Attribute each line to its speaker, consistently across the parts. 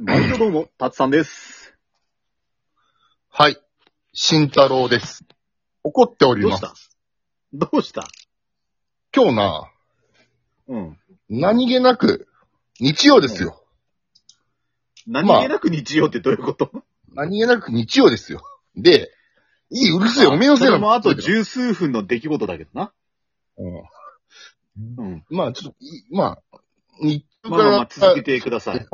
Speaker 1: 毎度どうも、たつさんです。
Speaker 2: はい。慎太郎です。怒っており
Speaker 1: どう
Speaker 2: ま
Speaker 1: し
Speaker 2: す。
Speaker 1: たどうした
Speaker 2: 今日な、
Speaker 1: うん。
Speaker 2: 何気なく、日曜ですよ。
Speaker 1: 何気なく日曜ってどういうこと、
Speaker 2: 何気なく日曜ですよ。で、いい、うるせえ、おめえのせい
Speaker 1: それ
Speaker 2: だ
Speaker 1: もあと
Speaker 2: 10。
Speaker 1: 十数分の出来事だけどな。
Speaker 2: うん
Speaker 1: うん。
Speaker 2: まあ、ちょっと、いまあ、日中
Speaker 1: ま
Speaker 2: か
Speaker 1: あまあま
Speaker 2: ら
Speaker 1: あ続けてくださ
Speaker 2: 帰
Speaker 1: い。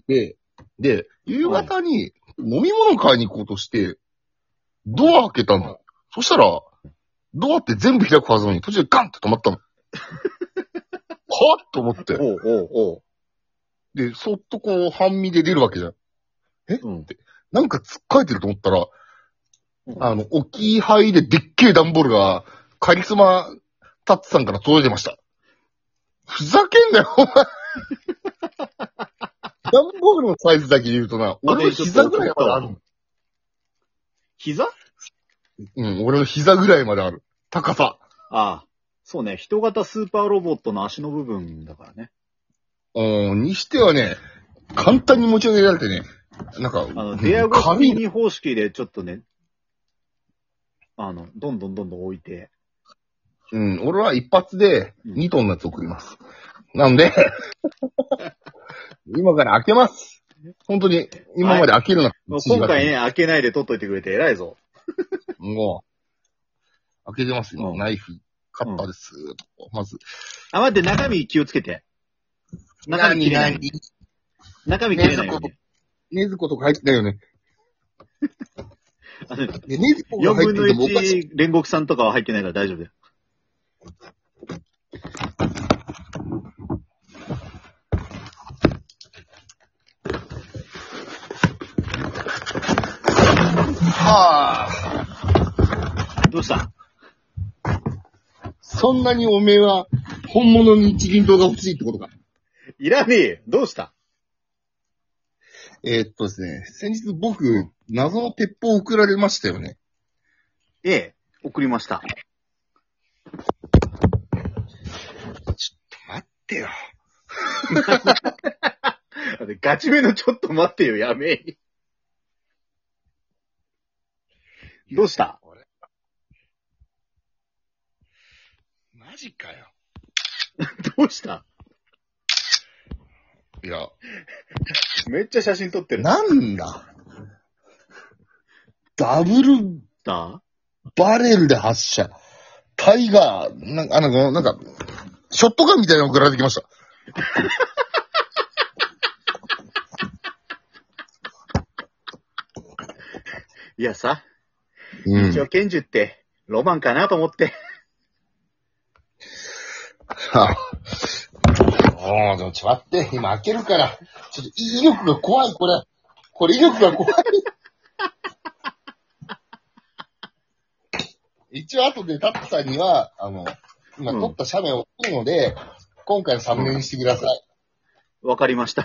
Speaker 2: って、で、夕方に飲み物買いに行こうとして、ドア開けたの。そしたら、ドアって全部開くはずなのに、途中でガンって止 まったの。はっと思って。
Speaker 1: おうおうおう。
Speaker 2: で、そっとこう、半身で出るわけじゃん。
Speaker 1: うん。
Speaker 2: なんか突っかえてると思ったら、
Speaker 1: うん
Speaker 2: あの、大きい範囲ででっけえ段ボールが、カリスマタッツさんから届いてました。ふざけんなよ、お 前。段ボールのサイズだけ言うとな、俺の膝ぐらいまである。
Speaker 1: 膝
Speaker 2: うん、俺の膝ぐらいまである。高さ。
Speaker 1: ああ。そうね。人型スーパーロボットの足の部分だからね。
Speaker 2: うん、にしてはね、簡単に持ち上げられてね、なんか、
Speaker 1: あ
Speaker 2: う
Speaker 1: の、
Speaker 2: ん
Speaker 1: デアゴスティー
Speaker 2: 紙、
Speaker 1: ニ方式でちょっとね、あの、どんどんどんどん置いて。
Speaker 2: うん、俺は一発で
Speaker 1: うん
Speaker 2: 2トンのやつ送ります。なんで、 今から開けます。本当に、今まで開けるな。
Speaker 1: もう今回ね、開けないで取っといてくれて偉いぞ。
Speaker 2: もう、開けてますよ。
Speaker 1: うん
Speaker 2: ナイフ、カッターです。まず。
Speaker 1: あ、待って、中身気をつけて。中身切れない。中身切れないように。
Speaker 2: ねずことか入ってないよね。
Speaker 1: あの
Speaker 2: ねずこ
Speaker 1: 4
Speaker 2: が入
Speaker 1: 分の
Speaker 2: っててもおかしい。
Speaker 1: 1煉獄さんとかは入ってないから大丈夫だよ。
Speaker 2: はあ、
Speaker 1: どうした
Speaker 2: そんなにおめえは、本物の日銀刀が欲しいってことか。
Speaker 1: いらねえよどうした
Speaker 2: えーっとですね、先日僕、謎の鉄砲を送られましたよね。
Speaker 1: ええ、送りました。
Speaker 2: 待ってよ。
Speaker 1: ガチめのちょっと待ってよ、やめえ。どうした
Speaker 2: マジかよ。
Speaker 1: どうした
Speaker 2: いや、
Speaker 1: めっちゃ写真撮ってる。
Speaker 2: なんだ。ダブル
Speaker 1: だ
Speaker 2: バレルで発射。タイガー、なんか、あの、なんか、ショットガンみたいなの送られてきました。
Speaker 1: いやさ、
Speaker 2: う
Speaker 1: 一応拳銃って、ロマンかなと思って。
Speaker 2: ああ、でもちょっと待って、今開けるから。ちょっと威力が怖い、これ。これ威力が怖い。 一応後でタップさんには、あの、今撮った写メを送るので、今回のサムネにしてください。
Speaker 1: わかりま した。い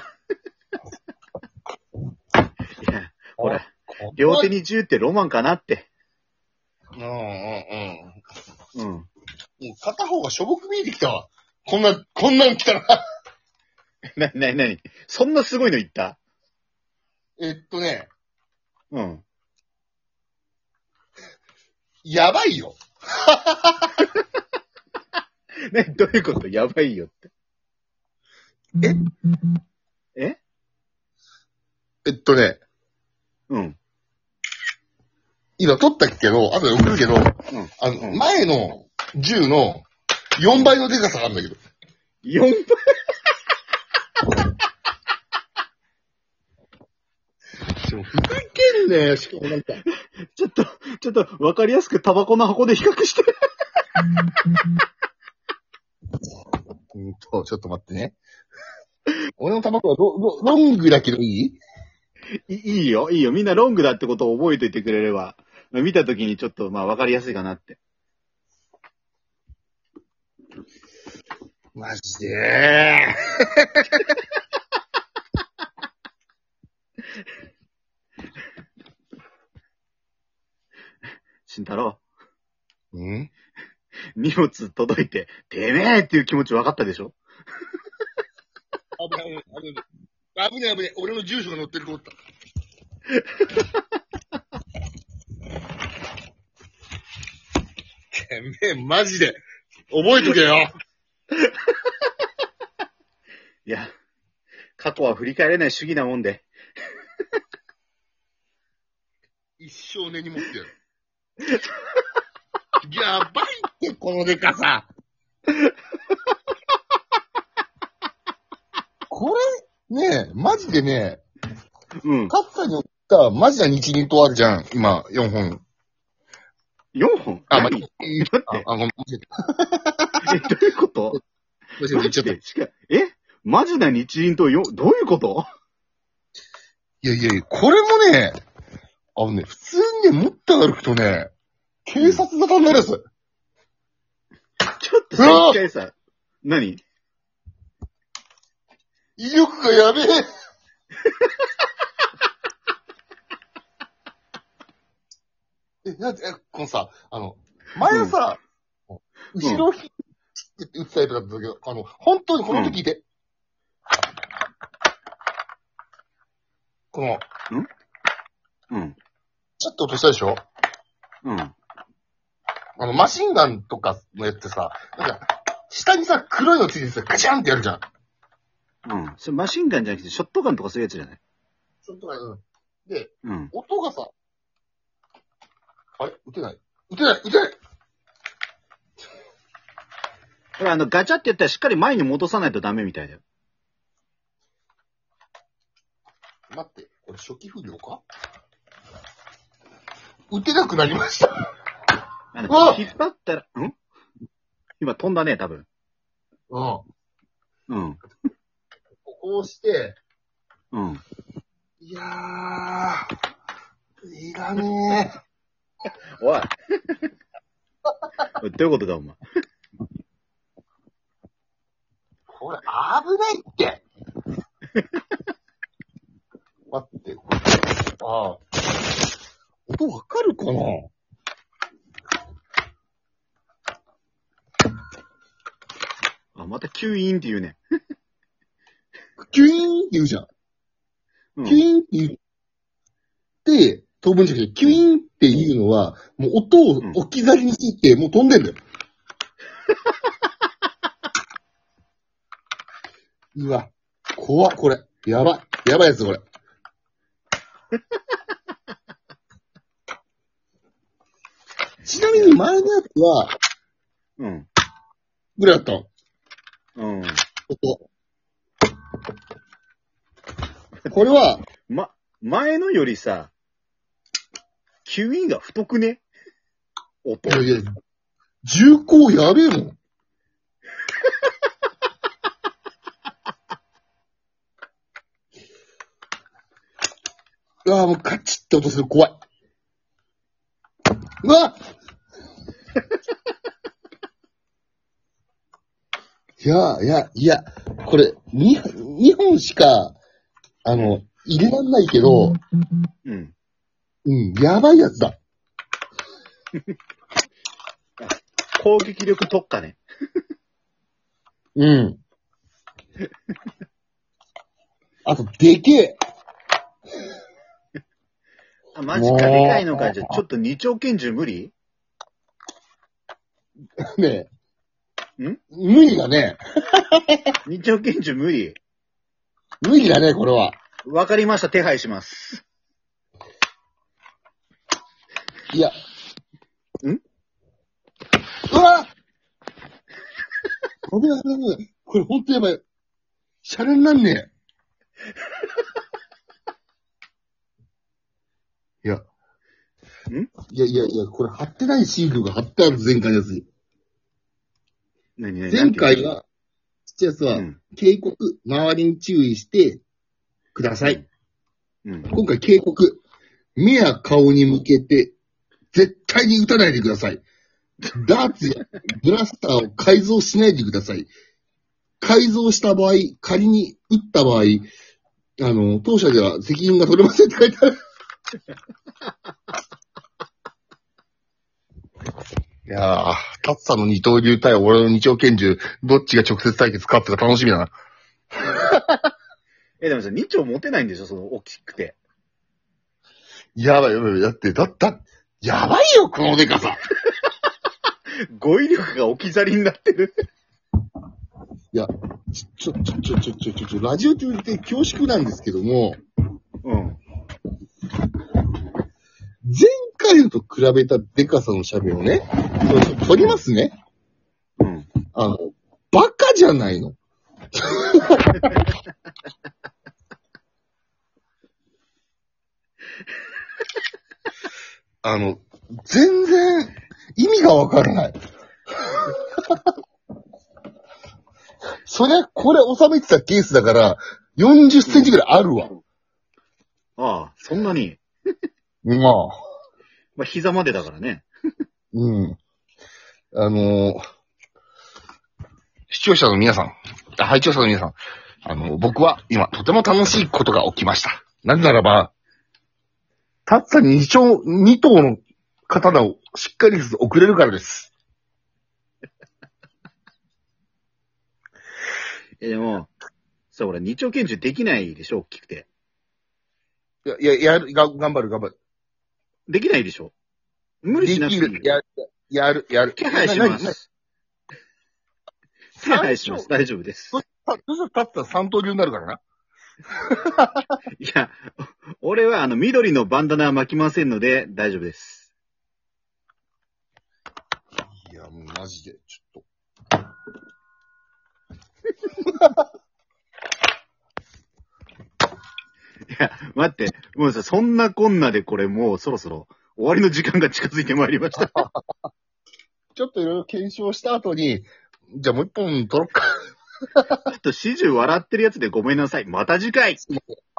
Speaker 1: や、ほら、
Speaker 2: 怖い
Speaker 1: 両手に銃ってロマンかなって。
Speaker 2: うんうんうん。
Speaker 1: うん。
Speaker 2: もう片方がしょぼく見えてきたわ。こんな、こんなん来たら。
Speaker 1: な、な、なにそんなすごいの言った
Speaker 2: えっとね、
Speaker 1: うん。
Speaker 2: やばいよ。
Speaker 1: ね、どういうことやばいよって。え
Speaker 2: えっとね、
Speaker 1: うん。
Speaker 2: 今撮ったけど、後で送るけど、あの、
Speaker 1: うん
Speaker 2: 前の銃の4倍のデカさがあるんだけど。
Speaker 1: 4倍
Speaker 2: ふざけんなよ、しかもなんか。
Speaker 1: ちょっと、ちょっと、わかりやすくタバコの箱で比較して。
Speaker 2: うんと、ちょっと待ってね。俺のタバコはロロロングだけどいい
Speaker 1: いいいよ、いいよ。みんなロングだってことを覚えていてくれれば、見たときにちょっと、まあ、わかりやすいかなって。
Speaker 2: マジで
Speaker 1: 慎太郎、
Speaker 2: うん
Speaker 1: 荷物届いて、てめえっていう気持ちわかったでしょ
Speaker 2: 危ない、危ない。危ねえ危ねえ。俺の住所が載ってると思った。 てめえ、マジで。覚えとけよ。
Speaker 1: いや、過去は振り返れない主義なもんで。
Speaker 2: 一生根に持ってやる。やばいって、このデカさ。これ、ねえ、マジでね、
Speaker 1: うん。
Speaker 2: カッサに言った、マジな日銀とあるじゃん。今、4本。
Speaker 1: 4本
Speaker 2: あ、まあ、
Speaker 1: 何
Speaker 2: だっ
Speaker 1: って
Speaker 2: あ、ごめん、間違え
Speaker 1: え、
Speaker 2: た
Speaker 1: どういうこと
Speaker 2: 間違えた言っちゃった。い
Speaker 1: しかえマジな日銀とよ、どういうこと
Speaker 2: やいやいや、これもね、あのね、普通にね、持って歩くとね、警察沙汰になるやつ。
Speaker 1: ちょっとさ、一回さ、何
Speaker 2: 威力がやべえ。 え、なぜ、えこのさ、あの、前はさ、後ろを引いて打つタイプだったんだけど、あの、本当にこの時聞いて。この、
Speaker 1: うん。
Speaker 2: ちょっと落としたでしょ
Speaker 1: うん。
Speaker 2: あの、マシンガンとかのやつってさ、なんか、下にさ、黒いのついててさ、ガチャンってやるじゃん。
Speaker 1: うん。それマシンガンじゃなくて、ショットガンとかそういうやつじゃない
Speaker 2: それとか、うん。で、
Speaker 1: うん。
Speaker 2: 音がさ、あれ打てない打てない打てない
Speaker 1: これあの、ガチャってやったらしっかり前に戻さないとダメみたいだよ。
Speaker 2: 待って、これ初期不良か打てなくなりました。
Speaker 1: あの
Speaker 2: うわ
Speaker 1: 引っ張ったら、ん今飛んだね、多分。
Speaker 2: うん。こ
Speaker 1: うん。
Speaker 2: こうして、
Speaker 1: うん。
Speaker 2: いやー、いらねえ。
Speaker 1: おい。 おいどういうことだ、お前。
Speaker 2: これ危ないって。 待って、これ。ああ。音わかるかな
Speaker 1: あ、また吸引って言うね。
Speaker 2: キュイーンって言うじゃん。
Speaker 1: うん。
Speaker 2: キュイーンって言って、当分じゃなくて、キュイーンっていうのは、もう音を置き去りにしていって、もう飛んでんだよ。 うわ、怖っ、これ。やばい。やばいやつ、これ。 ちなみに前のやつは、
Speaker 1: うん。
Speaker 2: ぐらいだったの。
Speaker 1: うん。
Speaker 2: 音。これは、
Speaker 1: ま、前のよりさ、吸引が太くね音
Speaker 2: い。やいや、重厚やべえもん。うわあ、もうカチッって音する、怖い。うわ いや、いや、いや、これ、に、2本しか、あの、入れらんないけど、
Speaker 1: うん。
Speaker 2: うん、やばいやつだ。
Speaker 1: 攻撃力特化ね。
Speaker 2: うん。 あと、でけえ。
Speaker 1: あ、マジか、でかいのか。じゃあ、ちょっと二丁拳銃無理
Speaker 2: ねえ。
Speaker 1: ん
Speaker 2: 無理だね。
Speaker 1: 二丁拳銃無理。
Speaker 2: 無理だね、これは。
Speaker 1: わかりました、手配します。
Speaker 2: いや。
Speaker 1: ん
Speaker 2: うわごめんごめんごめん。これほんとやばい。シャレになんねえ。いや。
Speaker 1: ん
Speaker 2: いやいやいや、これ貼ってないシールが貼ってある前回のやつに。
Speaker 1: 何何
Speaker 2: 前回は、ちっちゃいやつは、
Speaker 1: うん。
Speaker 2: 警告、周りに注意してください。
Speaker 1: うん。
Speaker 2: 今回警告。目や顔に向けて、絶対に撃たないでください。ダーツやブラスターを改造しないでください。改造した場合、仮に撃った場合、あの、当社では責任が取れませんって書いてある。いやー、タッサの二刀流対俺の二丁拳銃、どっちが直接対決勝ってか楽しみだな。
Speaker 1: ええ、でもさ、2丁持てないんでしょその、大きくて。
Speaker 2: やばいやばいやばい。だって、だった、やばいよ、このデカさ。
Speaker 1: 語彙力が置き去りになってる。
Speaker 2: ちょ、ちょ、ちょ、ちょ、ちょ、ちょ、ちょラジオと言って恐縮なんですけども、
Speaker 1: うん。
Speaker 2: 前回と比べたデカさの喋りをね、ちょちょ取りますね。
Speaker 1: うん。
Speaker 2: あの、バカじゃないの。 あの、全然意味がわからない。それ、これ収めてたケースだから、40センチぐらいあるわ。
Speaker 1: ああ、そんなに。
Speaker 2: まあ。
Speaker 1: まあ、膝までだからね。
Speaker 2: うん。あのー視聴者の皆さん、あ、配聴者の皆さん、あの、僕は今とても楽しいことが起きました。なぜならば、たった2丁、2頭の刀をしっかりずつ送れるからです。
Speaker 1: え、でも、さ、俺、二丁拳銃できないでしょ大きくて。
Speaker 2: いや、いや、やる、が、頑張る、頑張る。
Speaker 1: できないでしょ無
Speaker 2: で
Speaker 1: 理しなくて
Speaker 2: き
Speaker 1: いい
Speaker 2: る。や、やる、やる。
Speaker 1: 手配しま
Speaker 2: な。
Speaker 1: す。手配します。大丈夫です。
Speaker 2: ななそしたらたった三刀流になるからな。
Speaker 1: いや、お俺はあの緑のバンダナは巻きませんので大丈夫です。
Speaker 2: いや、もうマジで、ちょっと。
Speaker 1: 待って、もうさ、そんなこんなでこれもうそろそろ終わりの時間が近づいてまいりました。
Speaker 2: ちょっといろいろ検証した後に、じゃあもう一本取ろっか。
Speaker 1: ちょっと始終笑ってるやつでごめんなさい。また次回